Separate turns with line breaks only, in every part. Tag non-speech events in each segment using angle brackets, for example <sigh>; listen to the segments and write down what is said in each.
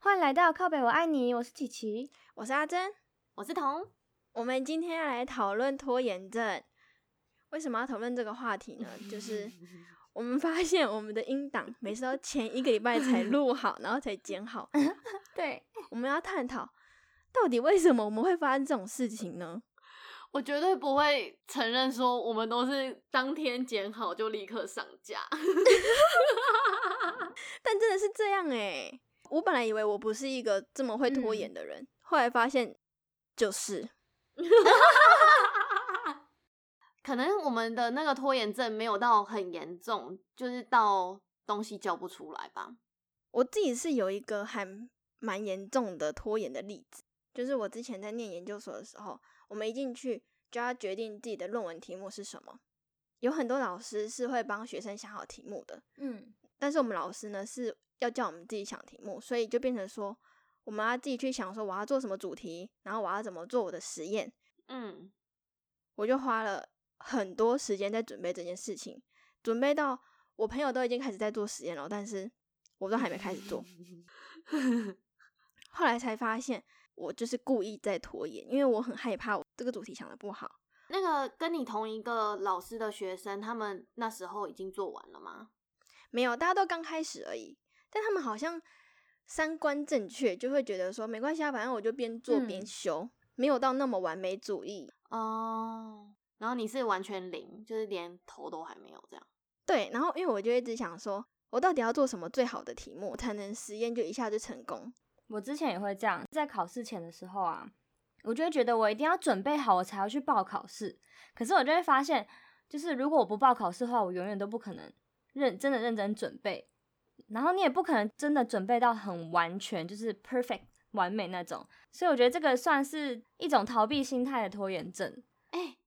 欢迎来到靠北，我爱你，我是琪琪。
我是阿珍。
我是彤，
我们今天要来讨论拖延症。为什么要讨论这个话题
<laughs>
呢？就是我们发现我们的音档每次都前一个礼拜才录好，然后才剪好。
对，
我们要探讨到底为什么我们会发生这种事情呢？
我绝对不会承认说我们都是当天剪好就立刻上架。 <laughs>
但真的是这样诶、我本来以为我不是一个这么会拖
嗯
延的人，后来发现就是
可能我们的那个拖延症没有到很严重，就是到东西交不出来吧。
我自己是有一个还蛮严重的拖延的例子，就是我之前在念研究所的时候，我们一进去就要决定自己的论文题目是什么。有很多老师是会帮学生想好题目的，
嗯，
但是我们老师呢是要叫我们自己想题目，所以就变成说我们要自己去想说我要做什么主题，然后我要怎么做我的实验，
嗯，
我就花了很多时间在准备这件事情，准备到我朋友都已经开始在做实验了，但是我都还没开始做。后来才发现，我就是故意在拖延，因为我很害怕我这个主题想的不好。
那个跟你同一个老师的学生，他们那时候已经做完了吗？
没有，大家都刚开始而已，但他们好像三观正确，就会觉得说没关系啊，反正我就边做边
嗯
修，没有到那么完美主义。
哦、然后你是完全零，就是连头都还没有这样。
对，然后因为我就一直想说，我到底要做什么最好的题目，才能实验就一下就成功？
我之前也会这样，在考试前的时候啊，我就会觉得我一定要准备好，我才要去报考试。可是我就会发现，就是如果我不报考试的话，我永远都不可能认真的认真准备，然后你也不可能真的准备到很完全，就是 perfect 完美那种。所以我觉得这个算是一种逃避心态的拖延症。
哎、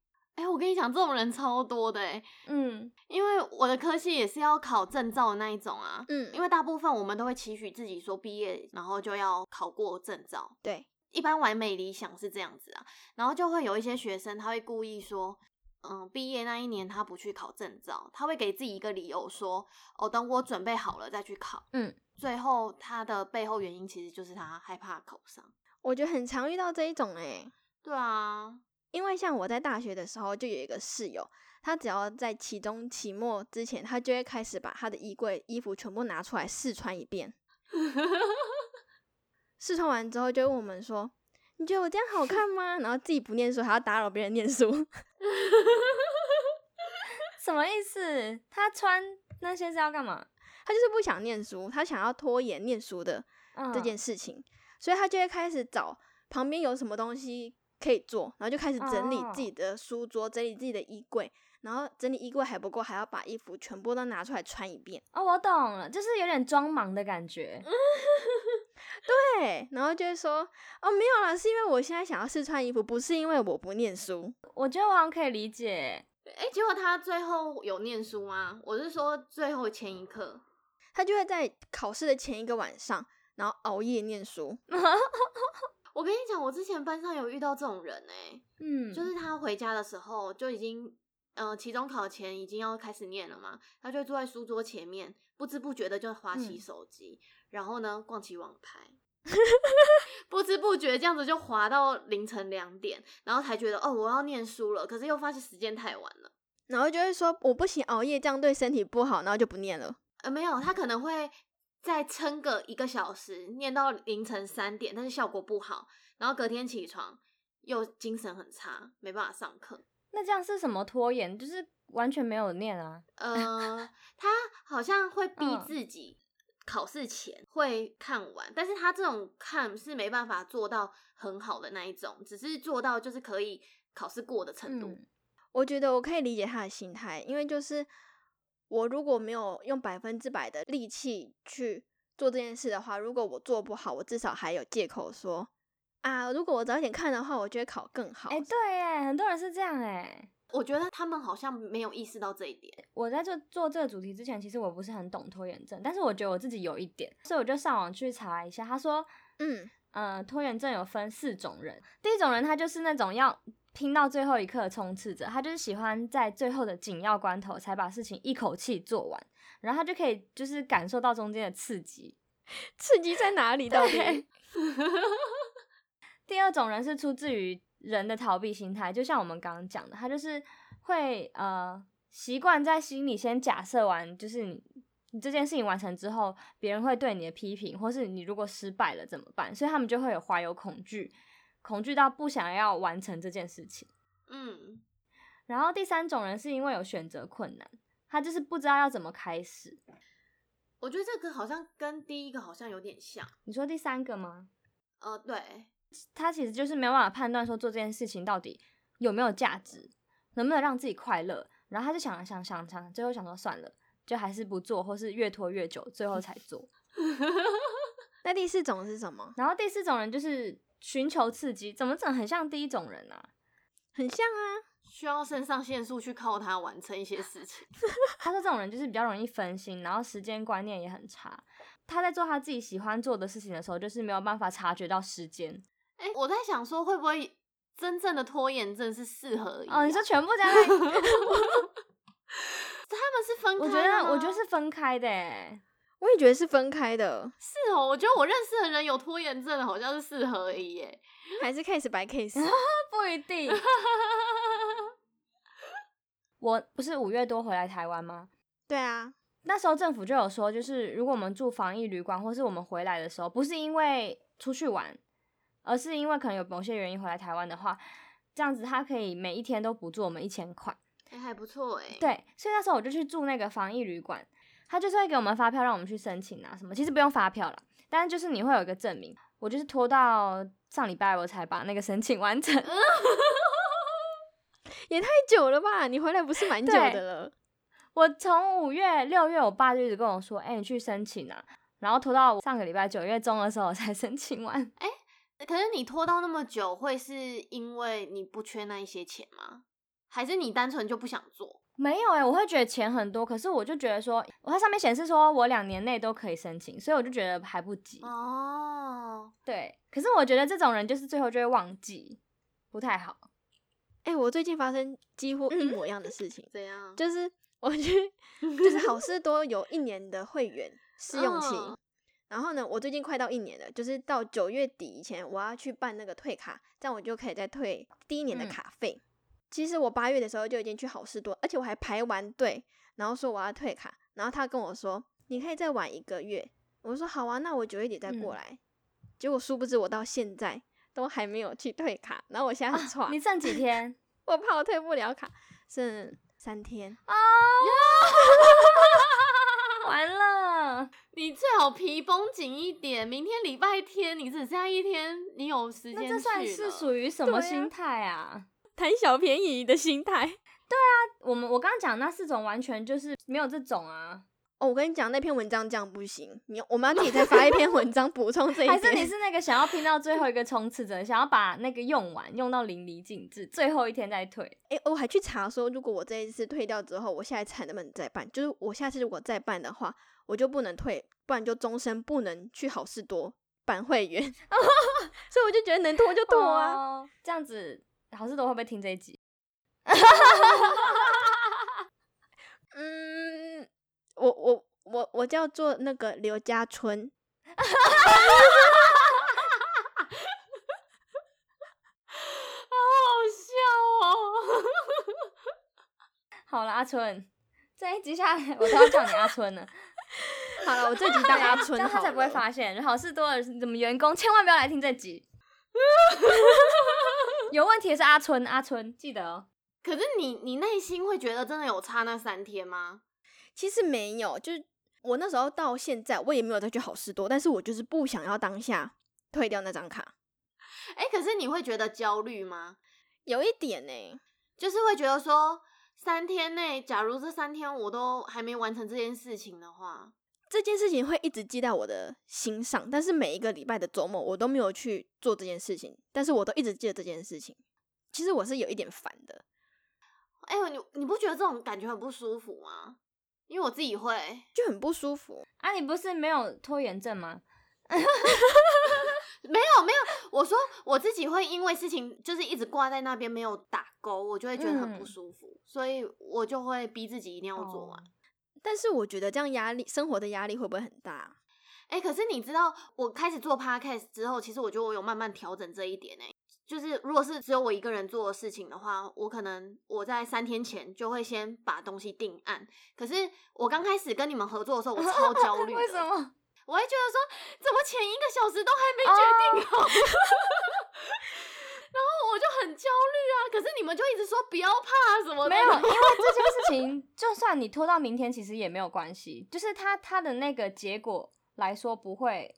哎、我跟你讲，这种人超多的哎、
嗯，
因为我的科系也是要考证照的那一种啊。
嗯，
因为大部分我们都会期许自己说毕业然后就要考过证照，
对，
一般完美理想是这样子啊，然后就会有一些学生他会故意说，嗯，毕业那一年他不去考证照，他会给自己一个理由说，哦，等我准备好了再去考，
嗯，
最后他的背后原因其实就是他害怕考不上，
我觉得很常遇到这一种诶、
对啊，
因为像我在大学的时候就有一个室友，他只要在期中、期末之前，他就会开始把他的衣柜衣服全部拿出来试穿一遍。试穿完之后，就会问我们说：“你觉得我这样好看吗？”然后自己不念书，还要打扰别人念书。 <laughs>
什么意思？他穿那些是要干嘛？
他就是不想念书，他想要拖延念书的
嗯
这件事情，所以他就会开始找旁边有什么东西可以做，然后就开始整理
哦
自己的书桌，整理自己的衣柜，然后整理衣柜还不够，还要把衣服全部都拿出来穿一遍。
哦，我懂了，就是有点装忙的感觉。
嗯
对，然后就会说哦，没有啦，是因为我现在想要试穿衣服，不是因为我不念书。
我觉得我好像可以理解。
哎、结果他最后有念书吗？我是说最后前一刻，
他就会在考试的前一个晚上，然后熬夜念书。
我跟你讲，我之前班上有遇到这种人哎、
嗯，
就是他回家的时候就已经，呃，期中考前已经要开始念了嘛，他就坐在书桌前面，不知不觉的就划起
嗯
手机，然后呢逛起网拍， <laughs> 不知不觉这样子就划到凌晨两点，然后才觉得哦我要念书了，可是又发现时间太晚了。
然后就会说我不行，熬夜这样对身体不好，然后就不念了。
呃，没有，他可能会再撑个一个小时，念到凌晨三点，但是效果不好，然后隔天起床又精神很差，没办法上课。
那这样是什么拖延？就是完全没有念啊。
呃，他好
<laughs>
像会逼
嗯
自己考试前会看完，但是他这种看是没办法做到很好的那一种，只是做到就是可以考试过的程度。
嗯
我觉得我可以理解他的心态，因为就是我如果没有用百分之百的力气去做这件事的话，如果我做不好，我至少还有借口说啊，如果我早一点看的话，我就会考更好。
哎、对，哎，很多人是这样哎。
我觉得他们好像没有意识到这一点。
我在这做这个主题之前，其实我不是很懂拖延症，但是我觉得我自己有一点，所以我就上网去查一下。他说，
嗯，
呃，拖延症有分四种人。第一种人，他就是那种要拼到最后一刻的冲刺者，他就是喜欢在最后的紧要关头才把事情一口气做完，然后他就可以就是感受到中间的刺激。
<laughs> 刺激在哪 <laughs> 里？到底
对？第二种人是出自于人的逃避心态，就像我们刚刚讲的，他就是会呃习惯在心里先假设完，就是你你这件事情完成之后，别人会对你的批评，或是你如果失败了怎么办？所以他们就会有怀有恐惧，恐惧到不想要完成这件事情。
嗯，
然后第三种人是因为有选择困难，他就是不知道要怎么开始。
我觉得这个好像跟第一个好像有点像。
你说第三个吗？
呃，对，
他其实就是没有办法判断说做这件事情到底有没有价值，能不能让自己快乐。然后他就想想想想，最后想说算了，就还是不做，或是越拖越久，最后才做。
那第四种是什么？
然后第四种人就是寻求刺激，怎么整很像第一种人啊？
很像啊，
需要肾上腺素去靠它完成一些事情。
他说这种人就是比较容易分心，然后时间观念也很差。他在做他自己喜欢做的事情的时候，就是没有办法察觉到时间。
哎、我在想说，会不会真正的拖延症是四合啊一、
哦，你说
全
全部加在一起，
他们是分开
我觉得
的
我觉得
吗
是分开的欸。
我也觉得是分开的，
是哦，我觉得我认识的人有拖延症的，好像是四合一耶。
还是 case by <laughs> case？
不一定。 <laughs> 我不是五月多回来台湾吗？
对啊，
那时候政府就有说，就是如果我们住防疫旅馆，或是我们回来的时候，不是因为出去玩，而是因为可能有某些原因回来台湾的话，这样子他可以每一天都补助我们一千块。
哎、还不错哎。，
对，所以那时候我就去住那个防疫旅馆，他就是哎会给我们发票让我们去申请啊什么，其实不用发票啦，但是就是你会有一个证明。我就是拖到上礼拜我才把那个申请完成，
也太久了吧？你回来不是蛮久的
对
了？
我从五月、六月，我爸就一直跟我说：“哎、你去申请啊。”然后拖到我上个礼拜九月中的时候我才 <laughs> 申请完。
可是你拖到那么久，会是因为你不缺那一些钱吗？还是你单纯就不想做？
没有哎、我会觉得钱很多，可是我就觉得说，我它上面显示说我两年内都可以申请，所以我就觉得还不急。
哦，
对，可是我觉得这种人就是最后就会忘记，不太好。
哎、我最近发生几乎一模一样的事情，
怎样？
就是
<laughs>
我去，就是好事多有一年的会员试用期，
嗯
然后呢，我最近快到一年了，就是到九月底以前，我要去办那个退卡，这样我就可以再退第一年的
嗯
卡费。其实我八月的时候就已经去好事多，而且我还排完队，然后说我要退卡，然后他跟我说你可以再晚一个月，我说好啊，那我九月底再过
嗯
来。结果殊不知我到现在都还没有去退卡，然后我现在很差，
啊你剩几天？
我怕我退不了卡，剩三天。
完了，
你最好皮绷紧一点。明天礼拜天，你只剩下一天，你有时间
那
去
这算是
了
属于什
对
么
啊
心态啊？
贪小便宜的心态。
我们我刚刚讲那四种完全就是没有这种啊，
<laughs> 哦，我跟你讲，那篇文章这样不行，你我们要自己再发一篇文章补充这一
还
点。
是你是那个想要拼到最后一个冲刺者，想要把那个用完，用到淋漓尽致，最后一天再退。
哎、我还去查说，如果我这一次退掉之后，我下一次还能不能再办？就是我下次如果再办的话，我就不能退，不然就终身不能去好事多办会员。 <laughs> 所以我就觉得能 <laughs> 拖就拖啊。
哦，这样子好事多会不会听这一集？
<laughs> 嗯，我我我我叫做那个刘家春， <laughs>
好好笑哦。 <laughs>
好了，阿春，这一集下来我都要叫你阿春了，
好了，我这集 <laughs> 叫 <laughs> 阿
这
春
样他
好
才不会
了
发现。好事多的什么员工千万不要来听这集， <laughs> 有问题的是阿春，阿春记得哦。
可是你你内心会觉得真的有差那三天吗？
其实没有，就是我那时候到现在，我也没有再去好事多，但是我就是不想要当下退掉那张卡，
哎、可是你会觉得焦虑吗？
有一点呢、
就是会觉得说三天内，假如这三天我都还没完成这件事情的话，
这件事情会一直记在我的心上，但是每一个礼拜的周末我都没有去做这件事情，但是我都一直记得这件事情。其实我是有一点烦的，
哎、呦，你你不觉得这种感觉很不舒服吗？因为我自己会，
就很不舒服。
啊，你不是没有拖延症吗？
没有没有，我说我自己会因为事情就是一直挂在那边没有打勾，我就会觉得很
嗯
不舒服，所以我就会逼自己一定要做
哦
完。
但是我觉得这样压力，生活的压力会不会很大？
哎、可是你知道，我开始做 podcast 之后，其实我觉得我有慢慢调整这一点哎、就是如果是只有我一个人做的事情的话，我可能我在三天前就会先把东西定案。可是我刚开始跟你们合作的时候，我超焦
<laughs>
虑，
为什？么？
我会觉得说，怎么前一个小时都还没决定
哦
好 <laughs> 然后我就很焦虑啊。可是你们就一直说不要怕什么的，
没
<laughs>
有，因为这件事情，就算你拖到明天，其实也没有关系。就是它它的那个结果来说不会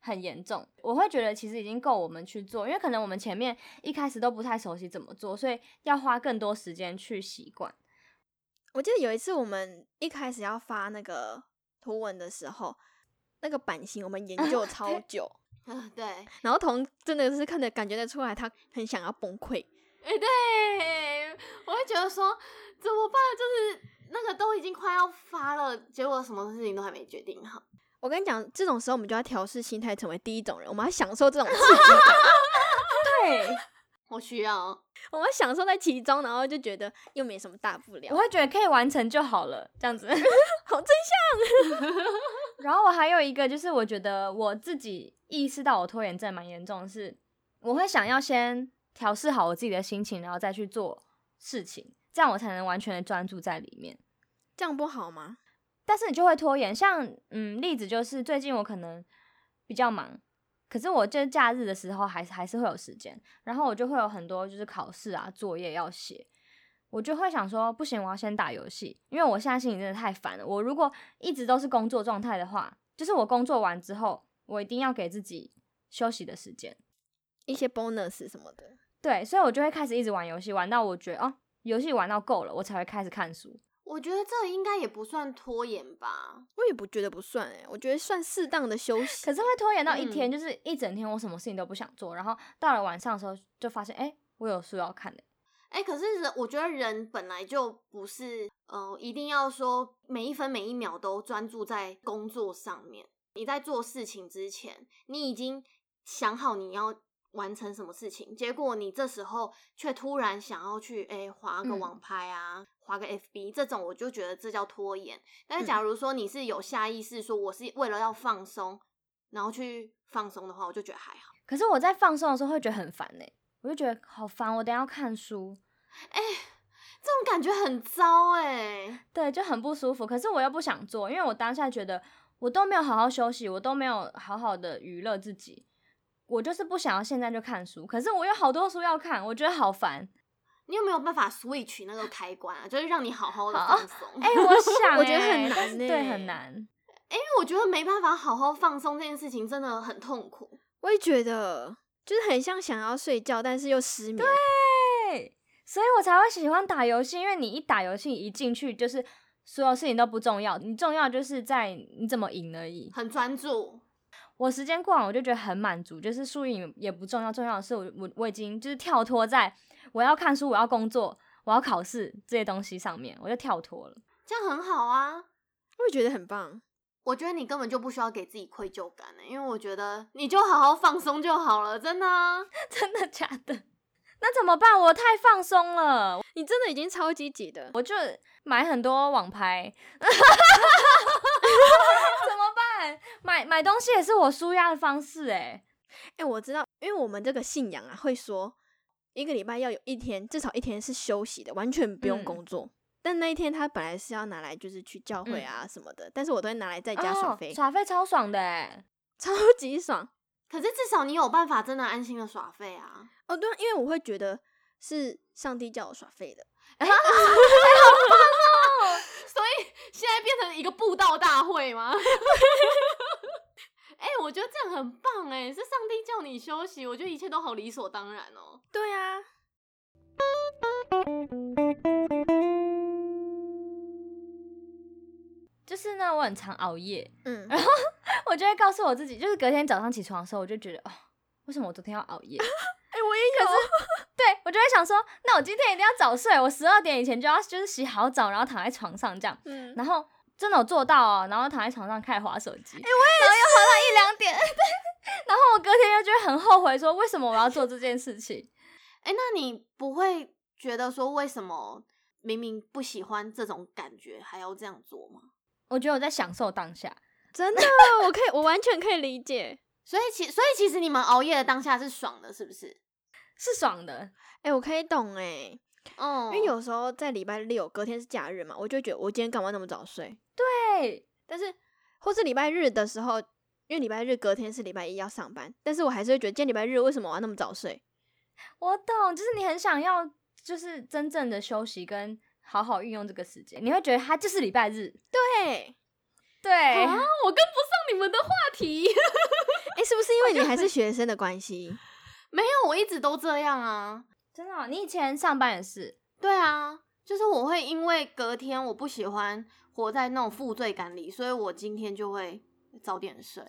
很严重，我会觉得其实已经够我们去做，因为可能我们前面一开始都不太熟悉怎么做，所以要花更多时间去习惯。
我记得有一次我们一开始要发那个图文的时候，那个版型我们研究超久，
嗯，对，
然后彤真的是看得感觉得出来，他很想要崩溃。
哎、对，我会觉得说怎么办？就是那个都已经快要发了，结果什么事情都还没决定好。
我跟你讲，这种时候我们就要调试心态，成为第一种人，我们要享受这种刺激感，
对，
我需要，
<laughs> 我们要享受在其中，然后就觉得又没什么大不了
我。会觉得可以完成就好了，这 <laughs> 样子。
好真相，
<laughs> 然后我还有一个就是，我觉得我自己意识到我拖延症蛮严重的是，我会想要先调试好我自己的心情，然后再去做事情，这样我才能完全的专注在里面。
这样不好吗？
但是你就会拖延，像嗯例子就是最近我可能比较忙，可是我就是假日的时候还是还是会有时间，然后我就会有很多就是考试啊作业要写，我就会想说不行，我要先打游戏，因为我现在心情真的太烦了。我如果一直都是工作状态的话，就是我工作完之后，我一定要给自己休息的时间。
一些 bonus 什么的，
对，所以我就会开始一直玩游戏，玩到我觉得哦，游戏玩到够了，我才会开始看书。
我觉得这应该也不算拖延吧。
我也不觉得不算哎、我觉得算适当的休息。
可是会拖延到一
嗯
天，就是一整天我什么事情都不想做，然后到了晚上的时候就发现，哎、我有书要看的、
哎、可是人，我觉得人本来就不是，呃，一定要说每一分每一秒都专注在工作上面。你在做事情之前，你已经想好你要完成什么事情，结果你这时候却突然想要去，哎、划个
嗯
网拍啊，划、个 FB，这种我就觉得这叫拖延。但是假如说你是有下意识说我是为了要放松，然后去放松的话，我就觉得还好。
可是我在放松的时候会觉得很烦呢、我就觉得好烦，我等一下要看书，
哎、这种感觉很糟哎、
对，就很不舒服。可是我又不想做，因为我当下觉得我都没有好好休息，我都没有好好的娱乐自己，我就是不想要现在就看书。可是我有好多书要看，我觉得好烦。
你有没有办法 switch 那个开关啊？就是让你好好的
好
放 <laughs> 松。
哎、我想、
<laughs> 我觉得
欸
很
但
难
是
欸
对，很难。
因为我觉得没办法好好放松这件事情真的很痛苦。
我也觉得，就是很像想要睡觉，但是又失眠。
对，所以我才会喜欢打游戏，因为你一打游戏一进去就是所有事情都不重要，你重要就是在你怎么赢而已。
很专注，
我时间过完，我就觉得很满足，就是输赢也不重要，重要的是我我我已经就是跳脱在我要看书、我要工作、我要考试这些东西上面，我就跳脱了。 <laughs>
这样很好啊。
我也觉得很棒。
我觉得你根本就不需要给自己愧疚感、欸，因为我觉得你就好好放松就好了，真的、啊。
真的假的？那怎么办？我太放松了，
你真的已经超积极的，
我就买很多网拍， <laughs> 怎么办？买买东西也是我舒压的方式哎、
哎、我知道，因为我们这个信仰啊，会说一个礼拜要有一天，至少一天是休息的，完全不用
嗯
工作。但那一天他本来是要拿来就是去教会啊什么的，但是我都会拿来在家耍飞，
哦、耍飞超爽的哎、
超级爽。
可是至少你有办法真的安心的耍废啊。
哦，对啊，因为我会觉得是上帝叫我耍废的，
所以现在变成一个布道大会 <laughs> 吗？哎、我觉得这样很棒哎、是上帝叫你休息，我觉得一切都好理所当然哦、
对啊。
就是呢，我很常熬夜， <laughs>
嗯，
我就会告诉我自己，就是隔天早上起床的时候，我就觉得哦，为什么我昨天要熬夜？ <laughs>
哎、我也有，
对我就会想说，那我今天一定要早睡，我十二点以前就要就是洗好澡，然后躺在床上这样，
嗯，
然后真的有做到哦，然后躺在床上开始划手机，哎、我也然后又划到一两点， <laughs> 对，然后我隔天又觉得很后悔，说为什么我要做这件事情？
哎、那你不会觉得说为什么明明不喜欢这种感觉还要这样做吗？
我觉得我在享受当下，
<laughs> 真的，我可以，我完全可以理解。
所以其所以其实你们熬夜的当下是爽的，是不是？
是爽的，
哎、我可以懂哎、
哦、
因为有时候在礼拜六隔天是假日嘛，我就会觉得我今天干嘛那么早睡？
对，
但是或是礼拜日的时候，因为礼拜日隔天是礼拜一要上班，但是我还是会觉得今天礼拜日为什么我要那么早睡？
我懂，就是你很想要，就是真正的休息跟好好运用这个时间，你会觉得它就是礼拜日，
对，
对，
<laughs>
啊，我跟不上你们的话题。
哎、是不是因为你还 <laughs> 是学生的关 <laughs> 系？
没有，我一直都这样啊。
真的哦、你以前上班也是，
对啊，就是我会因为隔天我不喜欢活在那种负罪感里，所以我今天就会早点睡。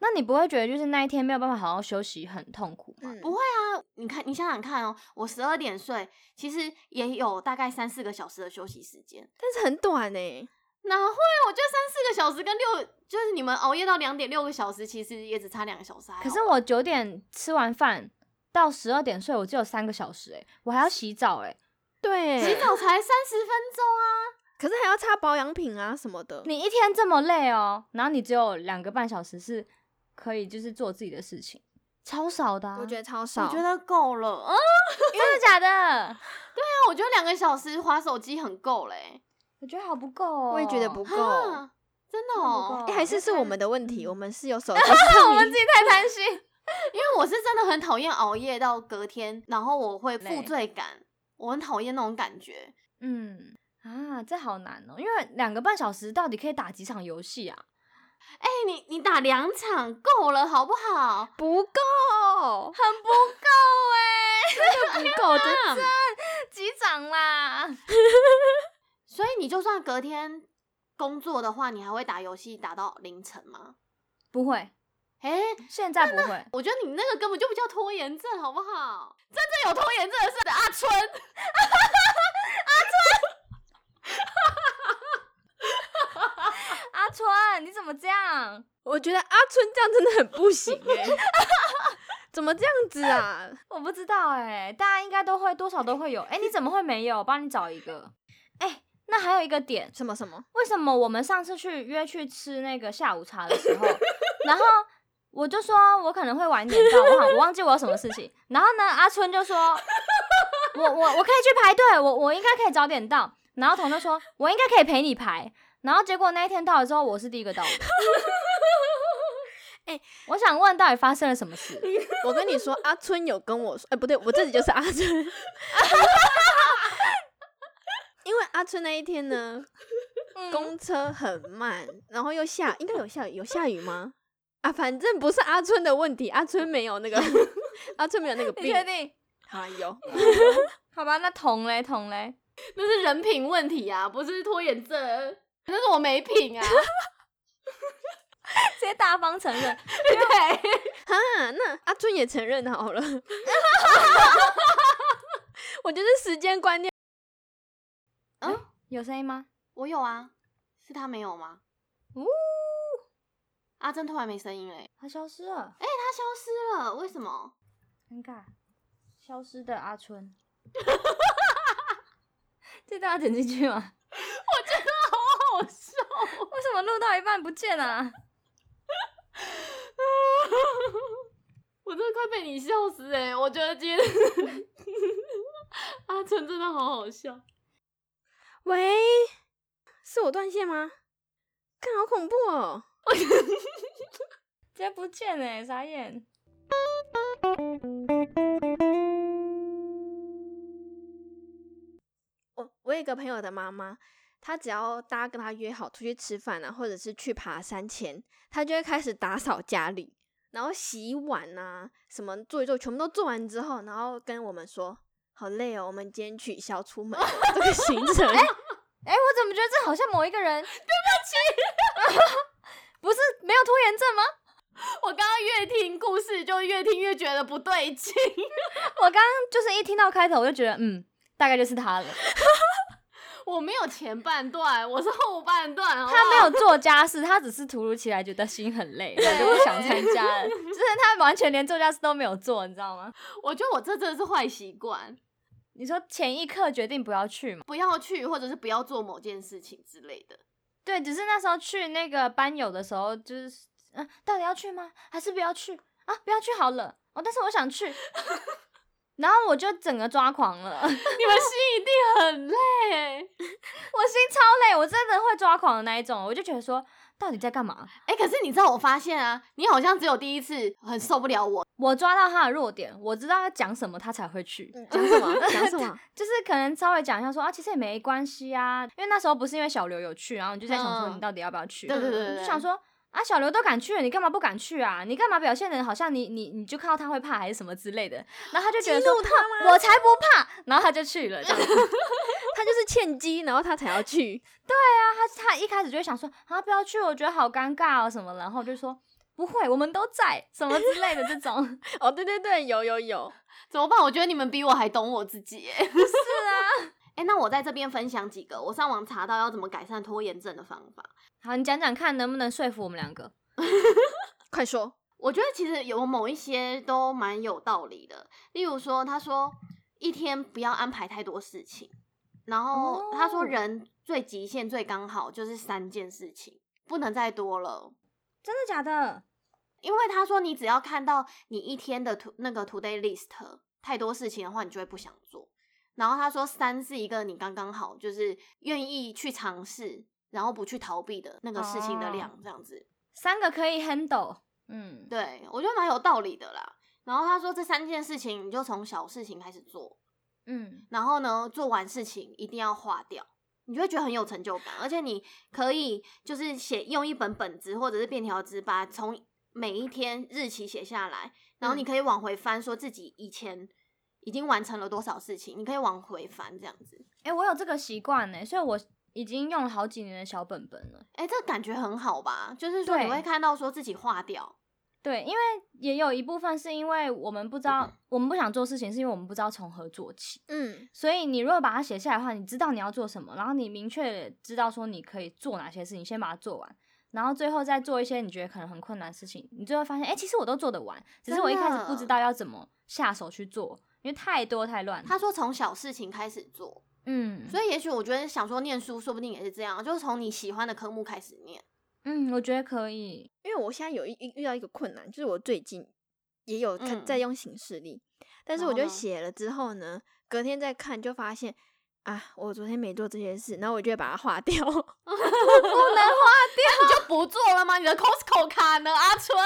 那你不会觉得就是那一天没有办法好好休息很痛苦吗？
嗯，
不会啊，你看，你想想看哦，我十二点睡，其实也有大概三四个小时的休息时间，
但是很短哎、
哪会？我觉得三四个小时跟六，就是你们熬夜到两点六个小时，其实也只差两个小时还好吧。
可是我九点吃完饭到十二点睡，我只有三个小时、欸，我还要洗澡、欸，
对，
洗澡才三十分钟啊，
可是还要擦保养品啊什么的。
你一天这么累哦，然后你只有两个半小时是可以就是做自己的事情，超少的、啊，
我觉得超少，
我觉得够了。嗯，
真的假的？ <laughs>
那我觉得两个小时划手机很够嘞、
我觉得好不够哦，
我也觉得不够。
啊，真的
真的
哦
不
哎、
够，
还
就是
是
看
我们的问题，我们 <laughs> 是有手机上
我
瘾
们自己太贪心。
因为我是真的很讨厌熬夜到隔天，然后我会负
累
罪感，我很讨厌那种感觉。
嗯啊，这好难哦，因为两个半小时到底可以打几场游戏啊？
哎、你你打两场够了好不好？
不够，
很不够
不够，真的
啊
哎、几场啦？
所以你就算隔天工作的话，你还会打游戏打到凌晨吗？
不会，
哎、
现在不会。
我觉得你那个根本就不叫拖延症，好不好？真正有拖延症的是阿春，阿春，
<laughs> 阿春，你怎么这样？
<laughs> 我觉得阿春这样真的很不行哎、 <laughs> 怎么这样子啊？
我不知道哎、大家应该都会，多少都会有。哎、你怎么会没有？我帮你找一个。哎、那还有一个点，
什么什么？
为什么我们上次去约去吃那个下午茶的时候，然后我就说我可能会晚一点到，我好我忘记我有什么事情。然后呢，阿春就说，我我我可以去排队，我我应该可以早点到。然后彤彤说，我应该可以陪你排。然后结果那一天到了之后，我是第一个到 <laughs> 的。
哎
我想问，到底发生了什么事？
我跟你说，阿春有跟我说，哎、不对，我自己就是阿春。 <laughs> 因为阿春那一天呢，
嗯
公车很慢，然后又下，应该有下雨，有下雨吗？啊，反正不是阿春的问题，阿春没有
<laughs>
那个，阿春没有那个
<laughs> 你
病。
确定？
啊，有，
好吧，那彤嘞，彤嘞，
那是人品问题啊，不是拖延症，那是我没品啊。
直接大方承 <laughs> 认。
对，
哈，那阿春也承认好了。 <laughs> 我觉得时间观念，
有声音吗？
<laughs> 我有啊，是他没有吗？
呜，
阿珍突然没声音嘞、
它消失了，
哎、他消失了，为什么？
尴尬，消失的阿 <laughs> 春。这段要剪进去吗？
好好笑。
<laughs> 为什么录到一半不见了、啊？
我真的快被你笑死哎、我觉得今天 <laughs> 阿成真的好好笑。
喂，是我断线吗？看，好恐怖哦！
直接不见哎、欸，傻眼。
我我有一个朋友的妈妈，她只要大家跟她约好出去吃饭啊，或者是去爬山前，她就会开始打扫家里，然后洗碗啊，什么做一做，全部都做完之后，然后跟我们说。好累哦，我们今天取消出门的 <laughs> 这个行程。
哎、我怎么觉得这好像某一个人？对不起， <laughs> 不是没有拖延症吗？
我刚刚越听故事，就越听越觉得不对劲。
我刚刚就是一听到开头，我就觉得嗯，大概就是他了。
我没有前半段，我是后半段。好不好
他没有做家事，他只是突如其来觉得心很累，所以就不想参加了。就是他完全连做家事都没有做，你知道吗？
我觉得我这真的是坏习惯，
你说前一刻决定不要去嘛？
不要去或者是不要做某件事情之类的。
对，只是那时候去那个班友的时候，就是嗯、到底要去吗？还是不要去啊？不要去好了哦，但是我想去，然后我就整个抓狂了，我心
你们心一定很累。
超累，我真的会抓狂的那一种，我就觉得说到底在干嘛？
哎、可是你知道，我发现啊，你好像只有第一次很受不了我，
我抓到他的弱点，我知道要讲什么他才会去，
嗯，讲什 <laughs> 么？讲什么？
就是可能稍微讲一下说啊，其实也没关系啊，因为那时候不是因为小刘有去，然后你就在想说
嗯
你到底要不要去？
对对对对
我就
对
想说啊，小刘都敢去了，你干嘛不敢去啊？你干嘛表现的好像你你你就看到他会怕还是什么之类的？然后他就觉得说他我才不怕，然后他就去了。
<laughs>
这样啊子
他就是欠鸡，然后他才要去。
他他一开始就会想说啊，不要去，我觉得好尴尬哦什么，然后就说。不会，我们都在什么之类的这种，
<laughs>
是
哦，对对对，有有有，
怎么办？我觉得你们比我还懂我自己。哎、 <laughs> 诶那我在这边分享几个我上网查到要怎么改善拖延症的方法。
啊。好，你讲讲看能不能说服我们两个？
快说，
我觉得其实有某一些都蛮有道理的，例如说，他说一天不要安排太多事情，然后他
哦
说人最极限最刚好就是三件事情，不能再多了。
真的假的？
因为他说你只要看到你一天的 to 那个 today list 太多事情的话，你就会不想做。然后他说三是一个你刚刚好，就是愿意去尝试，然后不去逃避的那个事情的
哦
量，这样子。
三个可以 handle，嗯，
对我觉得蛮有道理的啦。然后他说这三件事情你就从小事情开始做，
嗯，
然后呢做完事情一定要划掉。你就会觉得很有成就感，而且你可以就是写用一本本子或者是便条纸，把从每一天日期写下来，然后你可以往回翻，说自己以前已经完成了多少事情，你可以往回翻这样子。
哎、我有这个习惯呢，所以我已经用了好几年的小本本了。
哎、这感觉很好吧？就是说
对
你会看到说自己划掉，
对，因为也有一部分是因为我们不知道，我们不想做事情，是因为我们不知道从何做起。
嗯，
所以你如果把它写下来的话，你知道你要做什么，然后你明确知道说你可以做哪些事情，先把它做完，然后最后再做一些你觉得可能很困难的事情，你最后发现，哎、其实我都做得完，只是我一开始不知道要怎么下手去做，因为太多太乱了。
他说从小事情开始做，
嗯，
所以也许我觉得想说念书，说不定也是这样，就是从你喜欢的科目开始念。 <laughs>
嗯，我觉得可以。
因为我现在有一一遇到一个困难，就是我最近也有看
嗯
在用形式力，但是
然
我
后
就
呢
写了之后呢，隔天再看就发现啊，我昨天没做这些事，然后我就会把它划 <laughs> 掉。
你就不做了吗？你的 Costco 卡呢，阿春？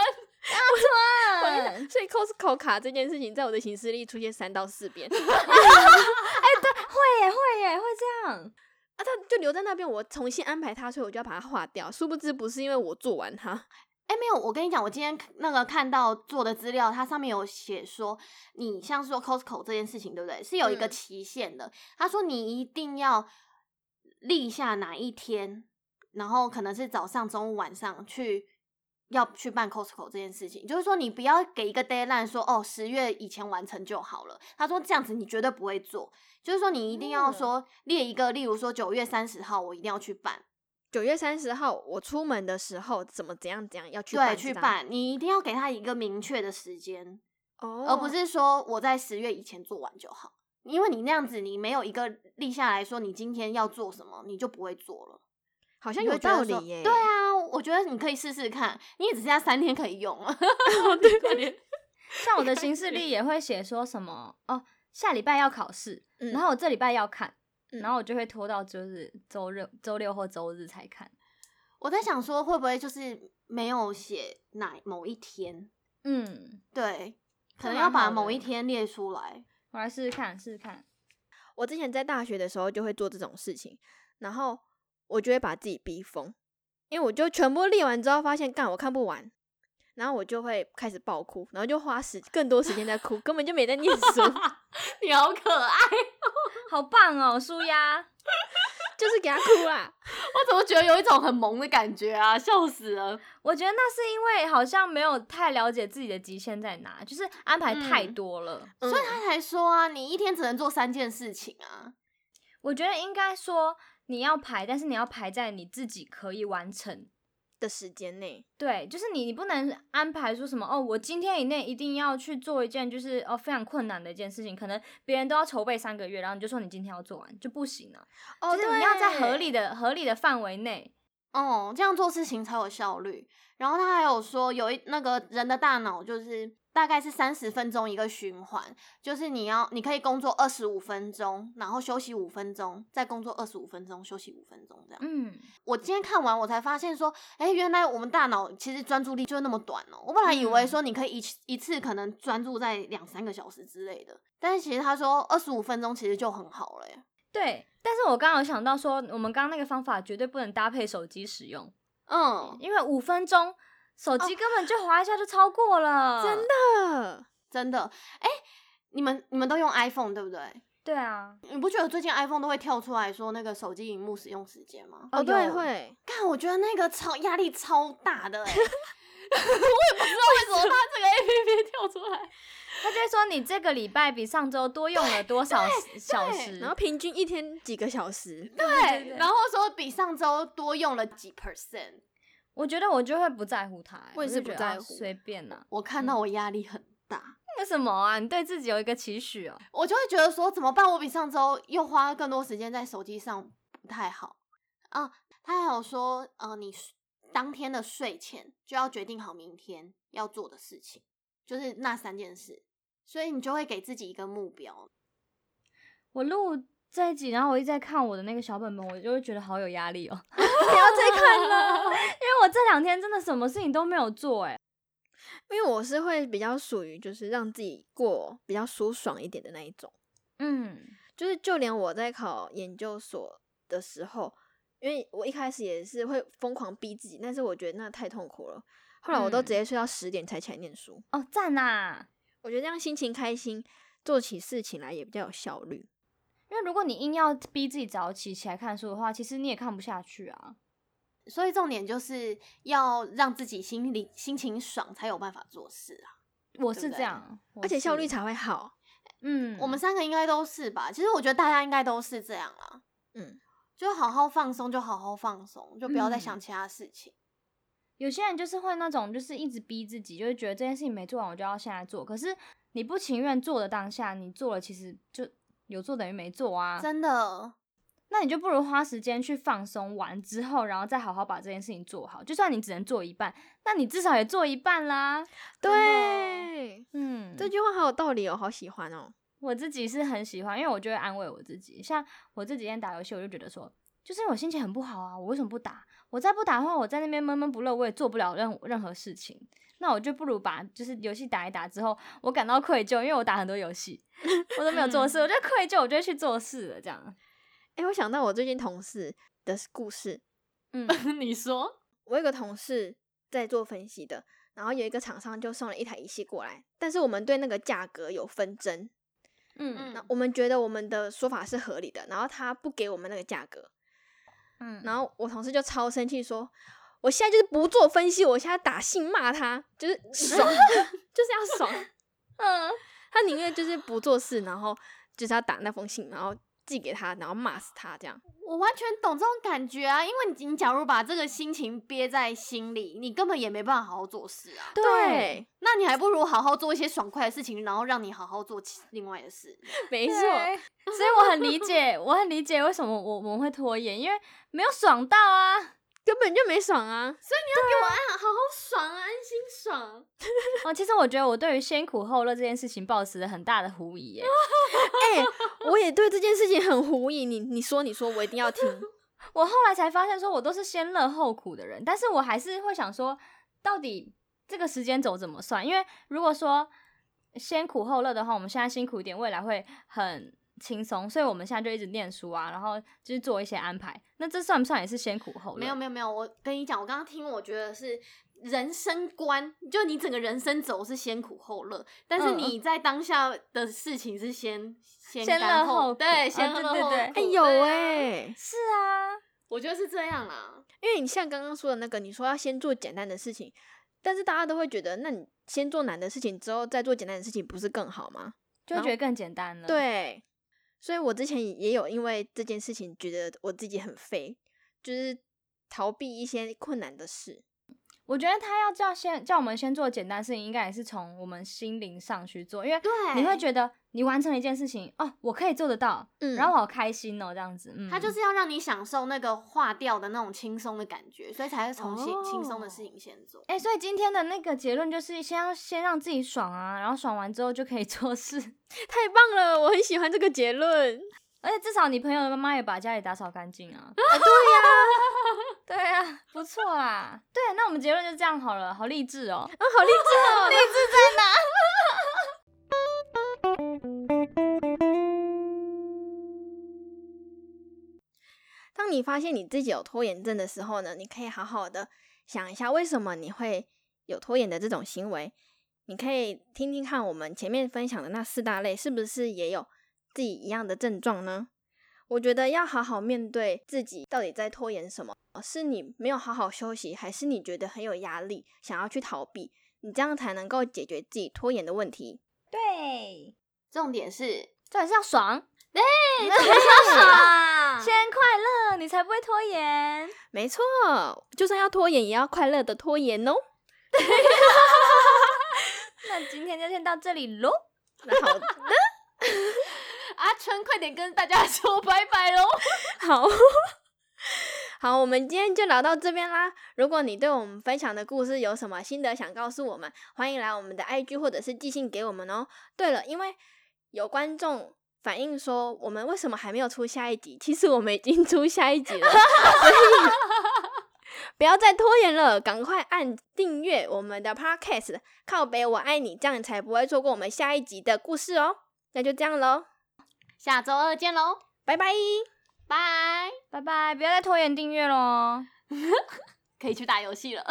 嗯，
所以 Costco 卡这件事情，在我的行事历出现三到四
<laughs>
遍，啊，
会耶，会耶，会这样。
它就留在那边，我重新安排它，所以我就要把它划掉。殊不知不是因为我做完它，
哎、没有，我跟你讲，我今天看那个看到做的资料，它上面有写说，你像是说 Costco 这件事情，对不对？是有一个
嗯
期限的。他说你一定要立下哪一天，然后可能是早上、中午、晚上去要去办 Costco 这件事情，就是说你不要给一个 deadline 说哦十月以前完成就好了。他说这样子你绝对不会做，就是说你一定要
嗯
说列一个，例如说九月三十号我一定要去办。
九月三十号我出门的时候怎么怎样怎样要去
对，
办
去
这张，
办，你一定要给他一个明确的时间，
哦，
而不是说我在十月以前做完就好。因为你那样子，你没有一个立下来说你今天要做什么，你就不会做了。
好像
你
有
会觉
道
得
理
说
耶。
对，啊，我觉得你可以试试看，你也只剩下三天可以用了。 <laughs> 对，
像我的行
<laughs>
事历也会写说什么哦，下礼拜要考试，
嗯
然后我这礼拜要看，
嗯
然后我就会拖到就是周日、周六或周日才看。
我在想说会不会就是没有写哪某一天，
嗯，
对，
这
可能
蛮
要把
好
某
的
一天列出来。
我来试试看，试试看。
我之前在大学的时候就会做这种事情，然后我就会把自己逼疯，因为我就全部列完之后发现，干我看不完，然后我就会开始爆哭，然后就花时更多时间在哭，根本就没在念书，
<laughs>
<laughs>
你好可爱，
好棒哦，舒压。
就是给他哭啦。
我怎么觉得有一种很萌的感觉啊？笑死了！
我觉得那是因为好像没有太了解自己的极限在哪，就是安排太
嗯
多了。
所
所以他才说啊，你一天只能做三件事情啊。
我觉得应该说你要排，但是你要排在你自己可以完成
的时间内，
对，就是你，你不能安排说什么哦，我今天以内一定要去做一件就是哦非常困难的一件事情，可能别人都要筹备三个月，然后你就说你今天要做完就不行了、
哦
就是你要在合理的合理的范围内，
哦，这样做事情才有效率。然后他还有说，有一那个人的大脑就是大概是三十分钟一个循环，就是你要你可以工作二十五分钟，然后休息五分钟，再工作二十五分钟，休息五分钟这样。
嗯，
我今天看完我才发现说，哎，原来我们大脑其实专注力就那么短哦。我本来以为
嗯
说你可以一次一次可能专注在两三个小时之类的，但是其实他说二十五分钟其实就很好了耶。
对。但是我刚刚有想到说，我们刚刚那个方法绝对不能搭配手机使用，
嗯，
因为五分钟手机根本就滑一下就超过了，
哦 <laughs> 真。的，
真的，哎，你们你们都用 iPhone 对不对？
对啊，
你不觉得最近 iPhone 都会跳出来说那个手机荧幕使用时间吗？
哦
哦，对，
有
会，
看，我觉得那个超压力超大的、欸， <laughs> 我也不知道为什么它这个 APP 跳出来。
他就会说你这个礼拜比上周多用了多少小时，
然后平均一天几个小时， <laughs>
对
对，然后说比上周多用了几 percent，
我觉得我就会不在乎他、欸
我也
就是觉
不
得
在
啊
乎
随便啦、
我看到我压力很大，
那什么啊，你对自己有一个期许哦。
我就会觉得说怎么办？我比上周又花更多时间在手机上，不太好啊。他还有说，呃，你睡当天的睡前就要决定好明天要做的事情，就是那三件事，所以你就会给自己一个目标。
<laughs> 我录这一集，然后我一直在看我的那个小本本，我就会觉得好有压力哦。不要再看了，因为我这两天真的什么事情都没有做、欸，哎，
因为我是会比较属于就是让自己过比较舒爽一点的那一种，
嗯，
就是就连我在考研究所的时候，因为我一开始也是会疯狂逼自己，但是我觉得那太痛苦了，后来我都
嗯
直接睡到十点才起来念书，
哦，赞呐！
我觉得这样心情开心，做起事情来也比较有效率。
因为如果你硬要逼自己早起起来看书的话，其实你也看不下去啊。
所以重点就是要让自己心里心情爽，才有办法做事啊。
我
对
是
不
这样，我
而且效率
是
才会好。
嗯，
我们三个应该都是吧？其实我觉得大家应该都是这样啦，
嗯，
就好好放松，就好好放松，就不要再想其他事情。
有些人就是会那种，就是一直逼自己，就是觉得这件事情没做完，我就要现在做。可是你不情愿做的当下，你做了其实就有做等于没做啊。
真的，
那你就不如花时间去放松完之后，然后再好好把这件事情做好。就算你只能做一半，那你至少也做一半啦。
对，
嗯，
这句话好有道理哦，好喜欢哦。
我自己是很喜欢，因为我就会安慰我自己。像我这几天打游戏，我就觉得说，就是因为我心情很不好啊，我为什么不打？我再不打的话，我在那边闷闷不乐，我也做不了任任何事情。那我就不如把就是游戏打一打之后，我感到愧疚，因为我打很多游戏，我都没有做事，我就愧疚，我就会去做事了。这样，
诶，我想到我最近同事的故事，
嗯，
你说，
我有一个同事在做分析的，然后有一个厂商就送了一台仪器过来，但是我们对那个价格有纷争，
嗯
那
嗯
我们觉得我们的说法是合理的，然后他不给我们那个价格，
嗯，
然后我同事就超生气说。我现在就是不做分析，我现在打信骂他， <laughs> 就是爽，就是要爽。
嗯，
他宁愿就是不做事，然后就是要打那封信，然后寄给他，然后骂死他这样。
我完全懂这种感觉啊，因为你你假如把这个心情憋在心里，你根本也没办法好好做事啊。
对，
那你还不如好好做一些爽快的事情，然后让你好好做其另外的事。
没
没
错，
错，所以我很理解，我很理解为什么我我们会拖延，因为没有爽到啊。
根本就没爽啊。
啊，好好爽啊，安心爽。
哦，其实我觉得我对于先苦后乐这件事情抱持了很大的狐疑耶。
<laughs> 哎、我也对这件事情很狐疑。你你说你说，我一定要听。 <laughs>
我后来才发现，说我都是先乐后苦的人，但是我还是会想说，到底这个时间轴怎么算？因为如果说先苦后乐的话，我们现在辛苦一点，未来会很轻松，所以我们现在就一直念书啊，然后就是做一些安排。那这算不算也是先苦后乐？
没有没有没有，我跟你讲，我刚刚听，我觉得是人生观，就你整个人生走是先苦后乐，但是
嗯
你在当下的事情是先先
先
甘
乐
后
后苦
对，
哦
先
对
乐
对
后
对
哎、
苦
有
对
哎、
是啊，
我觉得是这样啦。
因为你像刚刚说的那个，你说要先做简单的事情，但是大家都会觉得，那你先做难的事情之后再做简单的事情，不是更好吗？
就会觉得更简单了。，
嗯
对，所以我之前也也有因为这件事情觉得我自己很废，就是逃避一些困难的事。
我觉得他要叫先叫我们先做简单事情，应该也是从我们心灵上去做，因为
对，
你会觉得你完成了一件事情，哦，我可以做得到，
嗯
然后我好开心哦，这样子，嗯，
他就是要让你享受那个化掉的那种轻松的感觉，所以才会从
哦
轻轻松的事情先做。
哎、所以今天的那个结论就是先要先让自己爽啊，然后爽完之后就可以 <laughs> 做事，
太棒了，我很喜欢这个结论。
而且至少你朋友的妈妈也把家里打扫干净
<laughs>
啊。对呀、对呀、不错啦。对，那我们结论就这样好了，好励志哦。
啊，好励志哦！当你发现你自己有拖延症的时候呢，你可以好好的想一下，为什么你会有拖延的这种行为。你可以听听看我们前面分享的那四大类，是不是也有自己一样的症状呢？我觉得要好好面对自己到底在拖延什么，是你没有好好休息，还是你觉得很有压力，想要去逃避？你这样才能够解决自己拖延的问题。
对，
重点是， <laughs>
重点是要爽，
哎，怎么是爽？
先快乐，你才不会拖延。
没错，就算要拖延，也要快乐的拖延哦。
那今天就先到这里喽。
好
阿春，快点跟大家说拜拜喽！
好 <laughs> 好，我们今天就聊到这边啦。如果你对我们分享的故事有什么心得想告诉我们，欢迎来我们的 IG 或者是寄信给我们哦。对了，因为有观众反映说我们为什么还没有出下一集，其实我们已经出下一集了，所以不要再拖延了，赶快按订阅我们的 Podcast，靠北我爱你，这样你才不会错过我们下一集的故事哦。那就这样喽，
下周二见喽，
拜拜。
拜！
拜拜，不要再拖延订阅喽。
可以去打游戏了。